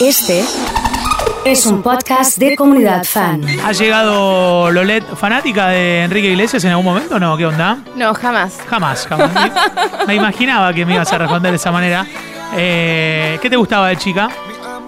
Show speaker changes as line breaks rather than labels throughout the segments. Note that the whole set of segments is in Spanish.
Este es un podcast de comunidad fan.
¿Ha llegado Lolet fanática de Enrique Iglesias en algún momento o no? ¿Qué onda?
No, jamás.
Jamás, jamás. Me- Me imaginaba que me ibas a responder de esa manera. Eh, ¿Qué te gustaba de chica?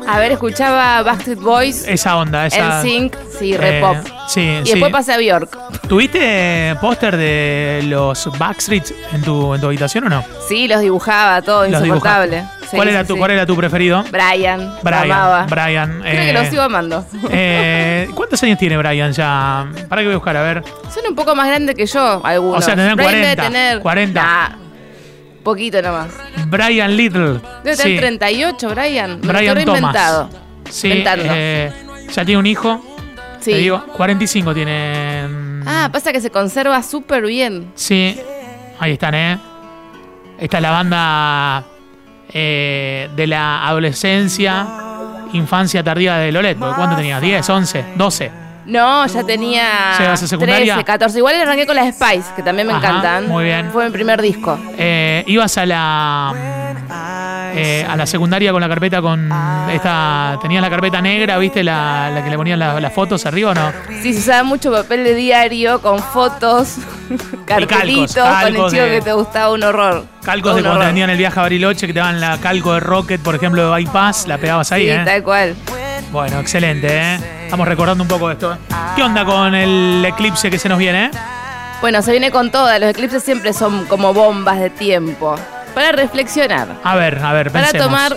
A ver, escuchaba Backstreet Boys,
Esa onda, esa.
El Sync, sí,
Eh,
repop.
sí,
y
sí.
después pasé a Bjork.
¿Tuviste póster de los Backstreets en tu, en tu habitación o no?
Sí, los dibujaba, todo
Los
insoportable.
dibujaste.
Sí,
¿Cuál,
sí,
era tu,
sí.
¿Cuál era tu preferido?
Brian.
Brian.
lo amaba.
Brian.
Creo
eh,
que lo sigo amando.
eh, ¿Cuántos años tiene Brian ya? ¿Para que voy a buscar? A ver.
Son un poco más grandes que yo, algunos.
O sea, tendrán
Brian
40,
Debe tener,
40.
Nah, poquito nomás.
Brian Little.
Debe
sí.
tener 38, Brian. Me lo
Brian
estoy reinventado.
Thomas. Sí,
Inventando.
eh, ya tiene un hijo.
Sí.
Te digo, 45 tiene. mm,
Ah, pasa que se conserva súper bien.
Sí, ahí están, ¿eh? Esta es la banda eh, de la adolescencia, infancia tardía de Lolet. ¿Cuánto tenías? ¿10, 11, 12?
No, ya tenía
¿Se vas a secundaria?
13, 14. Igual arranqué con las Spice, que también me
Ajá,
encantan.
muy bien.
Fue mi primer disco.
Eh, ibas a la mm, eh, a la secundaria con la carpeta con esta tenías la carpeta negra viste la, la que le ponían la- las fotos arriba o no
Sí, se usaba mucho papel de diario con fotos, cartelitos, con el
calcos
chico
de-
que te gustaba un horror.
calcos
Todo
de
un
cuando
horror.
tenían el viaje a Bariloche que te daban la calco de Rocket por ejemplo de Bypass la pegabas ahí
Sí,
¿eh?
tal cual.
Bueno, excelente, ¿eh? Estamos recordando un poco de esto. ¿eh? ¿Qué onda con el eclipse que se nos viene, eh?
Bueno, se viene con todas. Los eclipses siempre son como bombas de tiempo. Para reflexionar.
A ver, a ver,
Para
pensemos.
tomar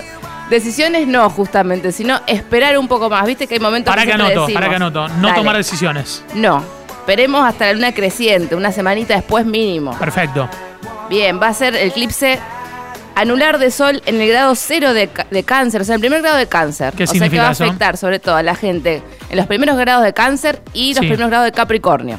decisiones, no justamente, sino esperar un poco más. Viste que hay momentos
Para que
siempre
anoto,
decimos,
para que anoto. No
"Dale".
tomar decisiones.
No. Esperemos hasta la luna creciente, una semanita después mínimo.
Perfecto.
Bien, va a ser el eclipse anular de sol en el grado cero de, ca- de cáncer, o sea, el primer grado de cáncer.
¿Qué
o sea, que
significa
va a
eso?
afectar sobre todo a la gente en los primeros grados de cáncer y los
Sí.
primeros grados de Capricornio,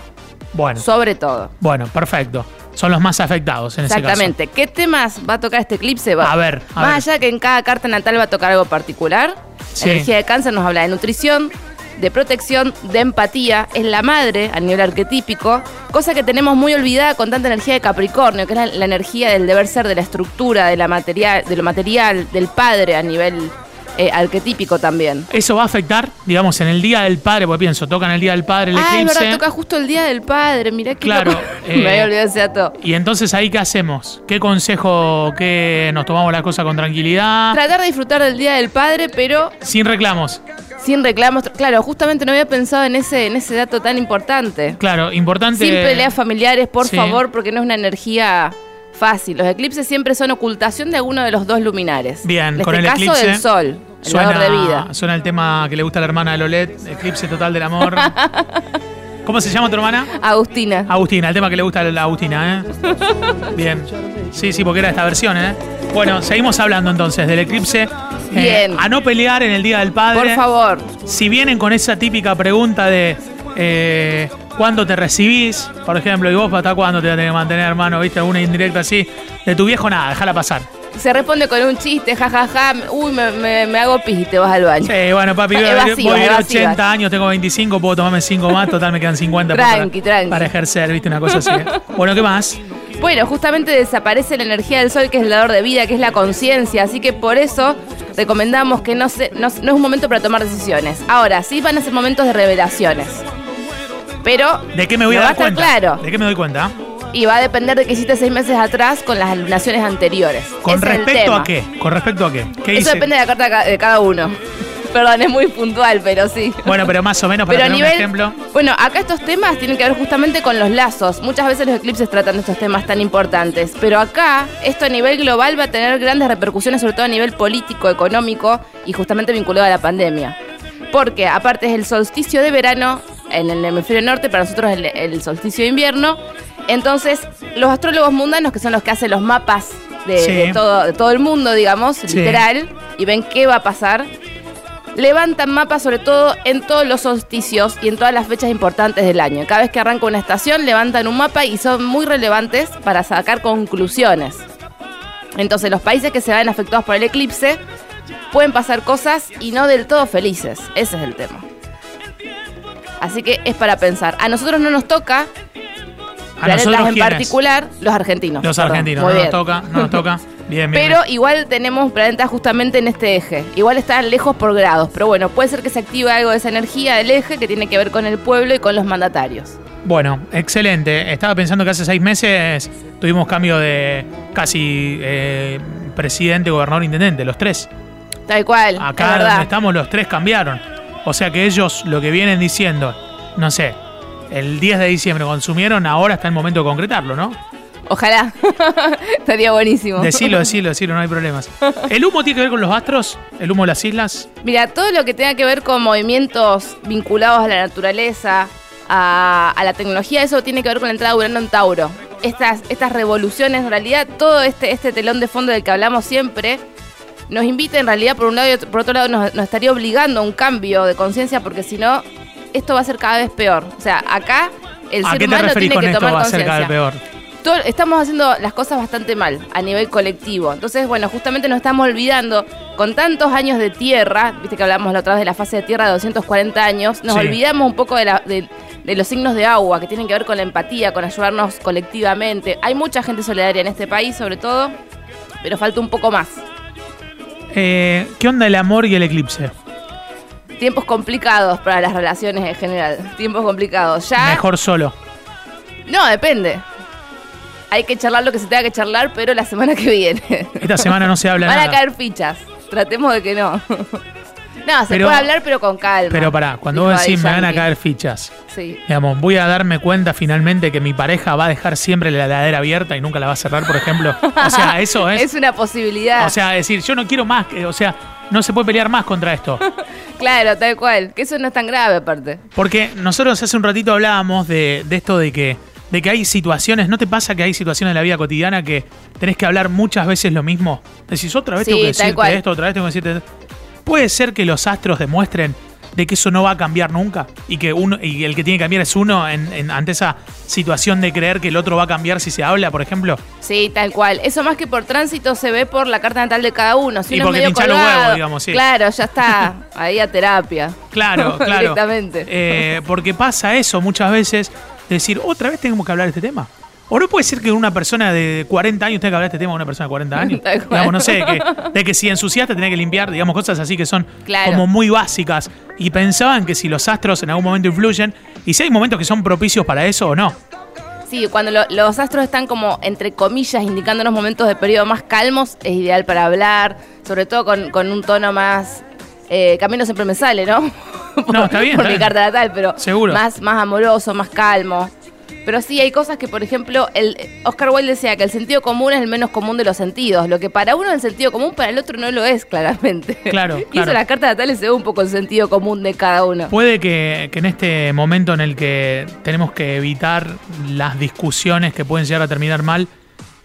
Bueno,
sobre todo.
bueno, perfecto. Son los más afectados en ese caso.
Exactamente. ¿Qué temas va a tocar este eclipse? Va-
A ver, a
Más
ver.
allá que en cada carta natal va a tocar algo particular.
Sí.
La energía de cáncer nos habla de nutrición, de protección, de empatía. Es la madre a nivel arquetípico, cosa que tenemos muy olvidada con tanta energía de Capricornio, que es la, la energía del deber ser, de la estructura, de, la material, de lo material, del padre a nivel eh, arquetípico también.
Eso va a afectar, digamos, en el Día del Padre, porque pienso, tocan el Día del Padre el
ah, es
eclipse.
verdad, toca justo el día del padre, mirá que
Claro, eh,
Me había olvidado ese dato.
Y entonces ahí, ¿qué hacemos? ¿Qué consejo? ¿Qué nos tomamos la cosa con tranquilidad?
Tratar de disfrutar del día del padre, pero
Sin reclamos.
Sin reclamos. Claro, justamente no había pensado en ese, en ese dato tan importante.
Claro, importante.
Sin peleas familiares, por
Sí.
favor, porque no es una energía fácil. Los eclipses siempre son ocultación de alguno de los dos luminares.
Bien,
en
con
este
el
caso
eclipse
del sol, el dador de vida.
Suena el tema que le gusta a la hermana de Lolet, Eclipse Total del Amor. ¿Cómo se llama tu hermana?
Agustina.
Agustina, el tema que le gusta a la Agustina, ¿eh? Bien. Sí, sí, porque era esta versión, ¿eh? Bueno, seguimos hablando entonces del eclipse. Eh,
Bien.
a no pelear en el Día del Padre.
Por favor.
Si vienen con esa típica pregunta de eh, ¿cuándo te recibís? Por ejemplo, y vos hasta cuándo te vas a tener que mantener, hermano, viste, una indirecta así. De tu viejo nada, déjala pasar.
Se responde con un chiste, jajaja. Uy, me, me- me hago pis y te vas al baño.
Eh, bueno, papi, voy, a-
Evasivas,
voy a vivir
evasivas.
80 años, tengo 25, puedo tomarme 5 más, total me quedan 50 para-
Tranqui,
para,
tranqui.
ejercer, ¿viste? Una cosa así. Bueno, ¿qué más?
Bueno, justamente desaparece la energía del sol, que es el dador de vida, que es la conciencia, así que por eso recomendamos que no, se- no, no es un momento para tomar decisiones. Ahora, sí van a ser momentos de revelaciones. Pero.
¿De qué me voy
no
a
va
dar
estar
cuenta?
Claro.
¿De qué me doy cuenta?
Y va a depender de qué hiciste seis meses atrás con las alunaciones anteriores.
¿Con
Ese es el
respecto
tema.
a qué? ¿Con respecto a qué? ¿Qué
Eso
hice?
depende de la carta de ca- de cada uno. Perdón, es muy puntual, pero sí.
Bueno, pero más o menos para
Pero a
tener
nivel.
un ejemplo.
Bueno, acá estos temas tienen que ver justamente con los lazos. Muchas veces los eclipses tratan estos temas tan importantes. Pero acá, esto a nivel global va a tener grandes repercusiones, sobre todo a nivel político, económico y justamente vinculado a la pandemia. Porque aparte es el solsticio de verano en el hemisferio norte, para nosotros el, el solsticio de invierno. Entonces, los astrólogos mundanos, que son los que hacen los mapas de,
Sí.
de todo, de todo el mundo, digamos, literal, y ven qué va a pasar, levantan mapas sobre todo en todos los solsticios y en todas las fechas importantes del año. Cada vez que arranca una estación levantan un mapa y son muy relevantes para sacar conclusiones. Entonces los países que se ven afectados por el eclipse pueden pasar cosas y no del todo felices. Ese es el tema. Así que es para pensar. A nosotros no nos toca,
nosotros
planetas en
quiénes?
particular, los argentinos.
Los
Perdón,
argentinos,
muy
no nos
bien.
toca, no nos toca. Bien, bien.
Pero igual tenemos planetas justamente en este eje. Igual están lejos por grados, pero bueno, puede ser que se active algo de esa energía del eje que tiene que ver con el pueblo y con los mandatarios.
Bueno, excelente. Estaba pensando que hace seis meses tuvimos cambio de casi eh, presidente, gobernador, intendente, los tres.
Tal cual. es
Acá
verdad.
donde estamos, los tres cambiaron. O sea que ellos lo que vienen diciendo, no sé, el 10 de diciembre consumieron, ahora está el momento de concretarlo, ¿no?
Ojalá. Estaría buenísimo.
Decilo, decilo, decilo, no hay problemas. ¿El humo tiene que ver con los astros? ¿El humo de las islas?
Mira, todo lo que tenga que ver con movimientos vinculados a la naturaleza, a, a la tecnología, eso tiene que ver con la entrada de Urano en Tauro. Estas, estas revoluciones, en realidad, todo este, este telón de fondo del que hablamos siempre, nos invita en realidad, por un lado y otro- por otro lado, nos, nos estaría obligando a un cambio de conciencia, porque si no, esto va a ser cada vez peor. O sea, acá el
¿A
ser
qué te
humano
referís
tiene
con
que
esto
tomar
acerca del
conciencia.
peor?
Todo- estamos haciendo las cosas bastante mal a nivel colectivo. Entonces, bueno, justamente nos estamos olvidando, con tantos años de tierra, viste que hablamos la otra vez de la fase de tierra de 240 años, nos
Sí.
olvidamos un poco de, la- de- de los signos de agua, que tienen que ver con la empatía, con ayudarnos colectivamente. Hay mucha gente solidaria en este país, sobre todo, pero falta un poco más.
Eh, ¿Qué onda el amor y el eclipse?
Tiempos complicados para las relaciones en general. Tiempos complicados. Ya.
Mejor solo.
No, depende. Hay que charlar lo que se tenga que charlar, pero la semana que viene.
Esta semana no se habla
Van a
nada.
caer fichas. Tratemos de que no. no, se
Pero-
puede hablar, pero con calma.
Pero pará, cuando
dijo
vos decís
Daddy
me van a
Yankee.
caer fichas,
Sí.
digamos, voy a darme cuenta finalmente que mi pareja va a dejar siempre la heladera abierta y nunca la va a cerrar, por ejemplo. O sea, Ah, eso es.
Es una posibilidad.
O sea, decir, yo no quiero más, que- o sea, no se puede pelear más contra esto.
claro, tal cual. Que eso no es tan grave, aparte.
Porque nosotros hace un ratito hablábamos de, de esto de que, de que hay situaciones, ¿no te pasa que hay situaciones en la vida cotidiana que tenés que hablar muchas veces lo mismo? Decís, otra vez
Sí,
tengo que
tal
decirte
cual.
esto, otra vez tengo que decirte esto. ¿Puede ser que los astros demuestren de que eso no va a cambiar nunca? Y que uno, y el que tiene que cambiar es uno en- en- ante esa situación de creer que el otro va a cambiar si se habla, por ejemplo.
Sí, tal cual. Eso más que por tránsito se ve por la carta natal de cada uno. Si
Y
uno
porque
es medio
te hincha los
colgado,
huevos, digamos, sí.
Claro, ya está. Ahí a terapia.
Claro, claro.
Directamente.
Eh, porque pasa eso muchas veces, decir, otra vez tenemos que hablar de este tema. O no puede ser que una persona de 40 años tenga que hablar de este tema a una persona de 40 años.
Tal cual.
Digamos, no sé, de que, de que si ensuciaste tenés que limpiar, digamos, cosas así que son
Claro.
como muy básicas. Y pensaban que si los astros en algún momento influyen, y si hay momentos que son propicios para eso o no.
Sí, cuando lo- los astros están como, entre comillas, indicándonos momentos de periodo más calmos, es ideal para hablar, sobre todo con, con un tono más... Eh, camino siempre me sale, ¿no? Por-
No, está bien,
Por
está
mi
bien.
carta natal, pero
Seguro.
Más, más amoroso, más calmo. Pero sí, hay cosas que, por ejemplo, el Oscar Wilde decía que el sentido común es el menos común de los sentidos. Lo que para uno es el sentido común, para el otro no lo es, claramente.
Claro,
y eso
claro.
en las cartas natales se ve un poco el sentido común de cada uno.
Puede que, que en este momento en el que tenemos que evitar las discusiones que pueden llegar a terminar mal,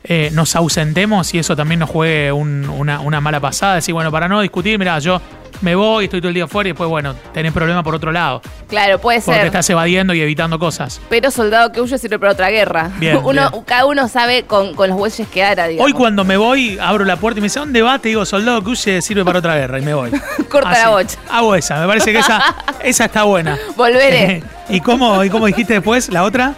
eh, nos ausentemos y eso también nos juegue un- una, una mala pasada. Decir, bueno, para no discutir, mirá, yo me voy, estoy todo el día fuera y después, bueno, tenés problemas por otro lado.
Claro, puede ser.
Porque estás evadiendo y evitando cosas.
Pero soldado que huye sirve para otra guerra.
Bien,
uno,
bien.
Cada uno sabe con, con los bueyes que ara, digamos.
Hoy cuando me voy, abro la puerta y me dice, ¿dónde va? Te digo, soldado que huye sirve para otra guerra y me voy.
Corta la
Así.
bocha.
Hago esa, me parece que esa, esa está buena.
Volveré.
¿Y cómo, ¿Y cómo dijiste después? ¿La otra?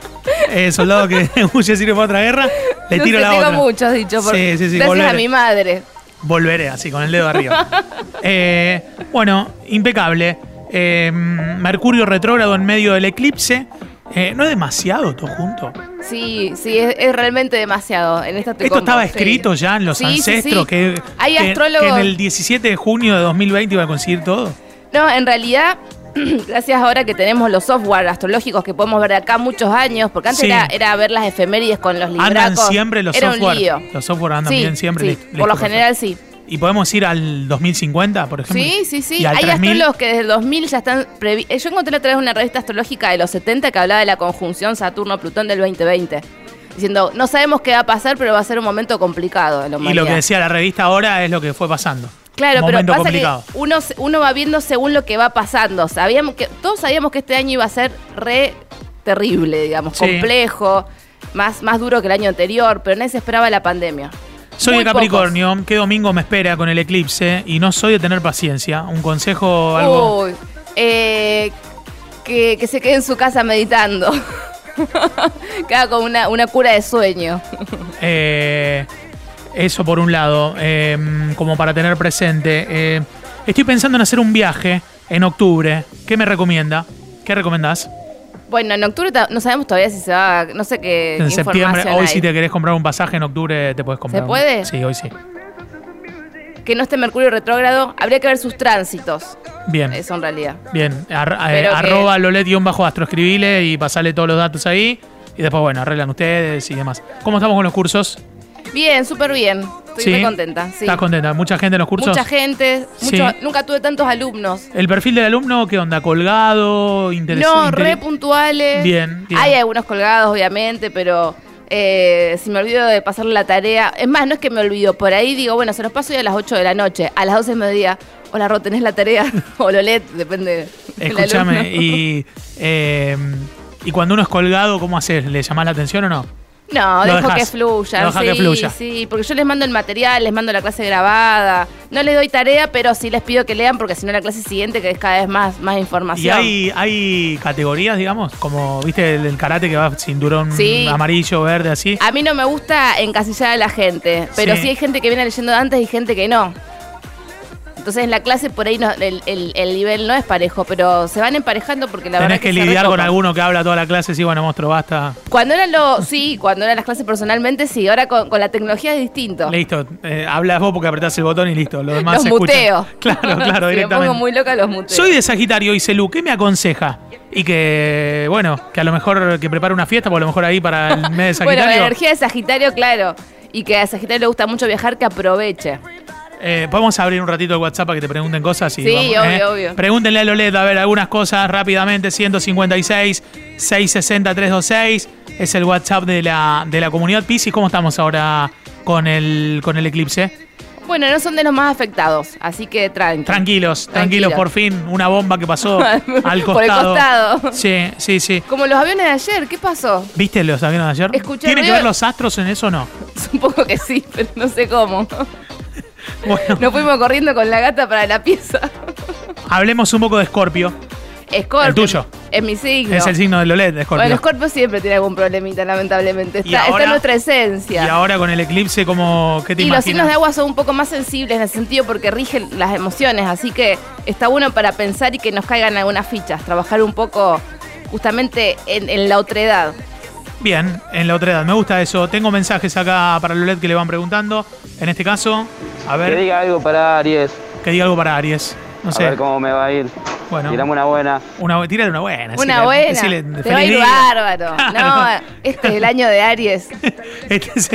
Eh, soldado que huye sirve para otra guerra. Le
No
tiro
sé,
la
tengo
otra.
muchos dichos. por-
Sí, sí, sí,
Gracias a
volveré.
mi madre.
Volveré así, con el dedo arriba. Eh, bueno, impecable. Eh, Mercurio retrógrado en medio del eclipse. Eh, no es demasiado todo junto.
Sí, sí, es, es realmente demasiado. En esta te
Esto
compro,
estaba
sí.
escrito ya en los
Sí, sí,
ancestros
sí.
Que,
Hay
que-
astrólogos.
que en el 17 de junio de 2020 iba a conseguir todo.
No, en realidad, gracias ahora que tenemos los software astrológicos que podemos ver de acá muchos años, porque antes
Sí.
era, era ver las efemérides con los libracos.
Andan siempre los
era
software.
Un lío.
Los software andan
Sí,
bien siempre.
sí.
listo, listo,
Por lo
perfecto.
general, sí.
¿Y podemos ir al 2050, por ejemplo?
Sí, sí, sí.
Y al
Hay
3000.
astrólogos que desde el 2000 ya están... previ- eh, Yo encontré otra vez una revista astrológica de los 70 que hablaba de la conjunción Saturno-Plutón del 2020. Diciendo, no sabemos qué va a pasar, pero va a ser un momento complicado en la
Y lo que
humanidad".
decía la revista ahora es lo que fue pasando.
Claro, pero
Momento
pasa
complicado.
que uno, se- uno va viendo según lo que va pasando. Sabíamos que, todos sabíamos que este año iba a ser re terrible, digamos,
Sí.
complejo, más, más duro que el año anterior, pero nadie se esperaba la pandemia.
Soy
Muy
de Capricornio, ¿qué domingo me espera con el eclipse? Y no soy de tener paciencia. Un
Oh.
consejo, algo.
Uy, eh, que, que se quede en su casa meditando. Queda como una, una cura de sueño.
Eh, eso por un lado, eh, como para tener presente. Eh, estoy pensando en hacer un viaje en octubre. ¿Qué me recomienda? ¿Qué recomendás?
Bueno, en octubre ta- no sabemos todavía si se va, no sé qué
En septiembre,
Eh, información
hoy
hay.
si te querés comprar un pasaje en octubre, te puedes comprar.
¿Se
un-
puede?
Sí, hoy sí.
Que no esté Mercurio retrógrado, habría que ver sus tránsitos.
Bien.
Eso en realidad.
Bien. Ar- eh,
Pero que-
arroba lolet-astro, escribile y pasale todos los datos ahí. Y después, bueno, arreglan ustedes y demás. ¿Cómo estamos con los cursos?
Bien, súper bien. Estoy muy contenta. Sí.
¿Estás contenta? ¿Mucha gente en los cursos?
Mucha gente,
Sí.
mucho- nunca tuve tantos alumnos.
¿El perfil del alumno qué onda? ¿Colgado?
No,
¿Interesante?
re puntuales.
Bien, bien.
Hay algunos colgados, obviamente, pero eh, si me olvido de pasarle la tarea. Es más, no es que me olvido. Por ahí digo, bueno, se los paso yo a las 8 de la noche. A las 12 del mediodía. Hola, Ro, ¿tenés la tarea? o lo LED, depende. del alumno.
Escúchame, y, eh, y cuando uno es colgado, ¿cómo haces? ¿Le llamás la atención o no?
No,
Lo
dejo
dejás.
que fluya.
Lo dejás
sí,
que fluya.
sí, porque yo les mando el material, les mando la clase grabada. No les doy tarea, pero sí les pido que lean, porque si no, la clase siguiente que es cada vez más, más
Y
información.
hay, hay categorías, digamos, como, viste, el, el karate que va cinturón
Sí.
amarillo, verde, así.
A mí no me gusta encasillar a la gente, pero
Sí.
sí, hay gente que viene leyendo de antes y gente que no. Entonces en la clase por ahí no- el, el- el nivel no es parejo, pero se van emparejando porque la
Tenés
verdad
que,
se
lidiar con
recopan.
alguno que habla toda la clase, sí, bueno, monstruo, basta.
Cuando eran lo, sí, cuando eran las clases personalmente sí, ahora con, con la tecnología es distinto.
Listo, eh, hablas vos porque apretás el botón y listo. Los demás
Los
se escuchan.
muteo.
Claro, claro,
Si me pongo
directamente.
muy loca los muteo.
Soy de Sagitario y Celu, ¿qué me aconseja? Y que, bueno, que a lo mejor que prepare una fiesta, porque a lo mejor ahí para el mes de
Bueno, la
Sagitario.
energía de Sagitario, claro. Y que a Sagitario le gusta mucho viajar, que aproveche.
Eh, Podemos abrir un ratito el WhatsApp para que te pregunten cosas. Y
Sí,
vamos,
obvio,
eh.
obvio.
Pregúntenle a Lolet, a ver, algunas cosas rápidamente. 156 660 326 es el WhatsApp de la, de la comunidad Pisces. ¿Cómo estamos ahora con el, con el eclipse?
Bueno, no son de los más afectados, así que tranqui.
Tranquilos, tranquilos,
Tranquilos.
por fin una bomba que pasó al
Por el
costado.
costado.
Sí, sí, sí.
Como los aviones de ayer, ¿qué pasó?
¿Viste los aviones de ayer?
Escuché
¿Tienen que
ruido-
ver los astros en eso o no?
Supongo que sí, pero no sé cómo.
Bueno,
Nos fuimos corriendo con la gata para la pieza.
hablemos un poco de Escorpio.
Escorpio.
El tuyo.
Es mi signo.
Es el signo de Lolet, de Escorpio.
Bueno, Escorpio siempre tiene algún problemita, lamentablemente. Está,
Y ahora-
está en nuestra
y
esencia.
ahora con el eclipse, como ¿qué te
Y los
imaginas?
signos de agua son un poco más sensibles en el sentido porque rigen las emociones, así que está bueno para pensar y que nos caigan algunas fichas, trabajar un poco justamente en, en la otredad.
Bien, en la otra edad. Me gusta eso. Tengo mensajes acá para Lolet que le van preguntando. En este caso, a
Que
ver,
diga algo para Aries.
que diga algo para Aries. No
A
sé.
ver cómo me va a ir.
Bueno.
Tirame una buena.
Una, tírale una
Una
buena. decile-
buena.
decile,
Te va a
"Feliz
ir
día".
bárbaro.
Claro.
No, este es el año de Aries.
Este es-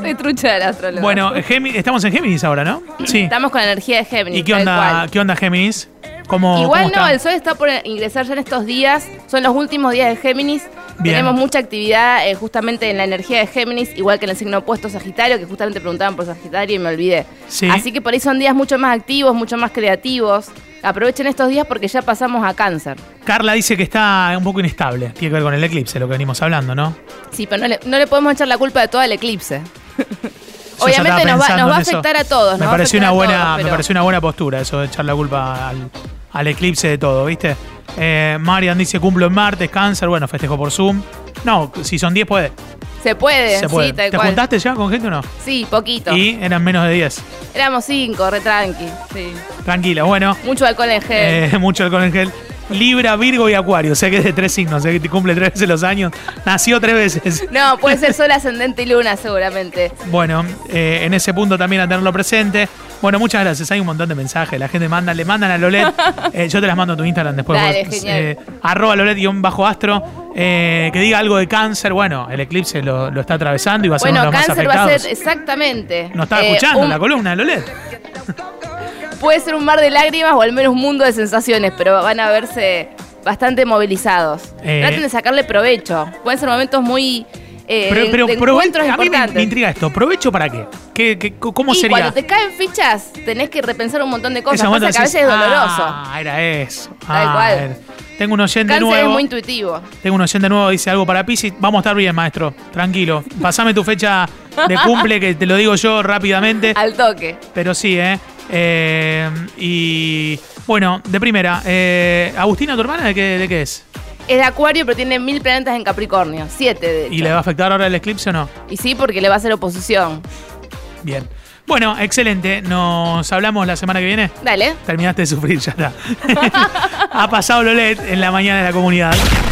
Soy trucha del astrólogo.
bueno, Gemi- estamos en Géminis ahora, ¿no? Sí.
Estamos con la energía de Géminis.
¿Y qué
tal
onda,
cual.
qué onda Géminis? ¿Cómo,
Igual
cómo
no,
está?
el sol está por ingresar ya en estos días. Son los últimos días de Géminis.
Bien.
Tenemos mucha actividad eh, justamente en la energía de Géminis, igual que en el signo opuesto Sagitario, que justamente preguntaban por Sagitario y me olvidé.
Sí.
Así que por ahí son días mucho más activos, mucho más creativos. Aprovechen estos días porque ya pasamos a cáncer.
Carla dice que está un poco inestable. Tiene que ver con el eclipse, lo que venimos hablando, ¿no?
Sí, pero no le, no le podemos echar la culpa de todo el eclipse.
Yo ya
Obviamente
estaba
nos va,
pensando
nos va a
en eso.
afectar a todos.
Me
nos va a
pareció
afectar
una
a
buena,
todos,
me
pero-
pareció una buena postura eso de echar la culpa al, al eclipse de todo, ¿viste? Eh, Marian dice cumplo en martes, cáncer, bueno, festejo por Zoom. No, si son 10 puede.
Se puede,
se puede.
sí, tal
¿Te
cual.
juntaste ya con gente o no?
Sí, poquito.
Y eran menos de 10.
Éramos cinco, re tranqui. Sí.
Tranquila, bueno.
Mucho alcohol en gel.
eh, mucho alcohol en gel. Libra, Virgo y Acuario. Sé que es de tres signos, sé que te cumple tres veces los años. Nació tres veces.
No, puede ser sol, ascendente y luna, seguramente.
Bueno, eh, en ese punto también a tenerlo presente. Bueno, muchas gracias. Hay un montón de mensajes. La gente manda, le mandan a Lolet. Eh, yo te las mando a tu Instagram después.
Dale,
vos,
genial.
eh, arroba Lolet-astro. Eh, que diga algo de cáncer. Bueno, el eclipse lo, lo está atravesando y va a ser
Bueno,
uno de los más
cáncer va a
afectados.
ser exactamente.
Nos estaba
eh,
escuchando
un- eh,
la columna de Lolet.
Puede ser un mar de lágrimas o al menos un mundo de sensaciones, pero van a verse bastante movilizados.
Eh,
Traten de sacarle provecho. Pueden ser momentos muy eh,
Pero,
de-
pero
de
prove-
encuentros
a mí me,
importantes.
me intriga esto. ¿Provecho para qué? ¿Qué, qué- co- cómo
y
sería?
cuando te caen fichas, tenés que repensar un montón de
Esa
cosas.
momento
Pasa que a
decís,
veces es doloroso.
Ah, era eso.
Tal
Ah,
cual.
era- Tengo un oyente
Cáncer
nuevo.
es muy intuitivo.
Tengo un oyente nuevo, dice algo para Pisces. Vamos a estar bien, maestro. Tranquilo. Pasame tu fecha de cumple, que te lo digo yo rápidamente.
Al toque.
Pero sí, ¿eh? Eh, y bueno, de primera, eh, Agustina, tu hermana, ¿de qué, de qué es?
es de Acuario, pero tiene mil planetas en Capricornio. Siete, de hecho.
¿Y le va a afectar ahora el eclipse o no?
Y sí, porque le va a hacer oposición.
Bien. Bueno, excelente. Nos hablamos la semana que viene.
Dale.
Terminaste de sufrir, ya está. ha pasado Lolet en la mañana de la comunidad.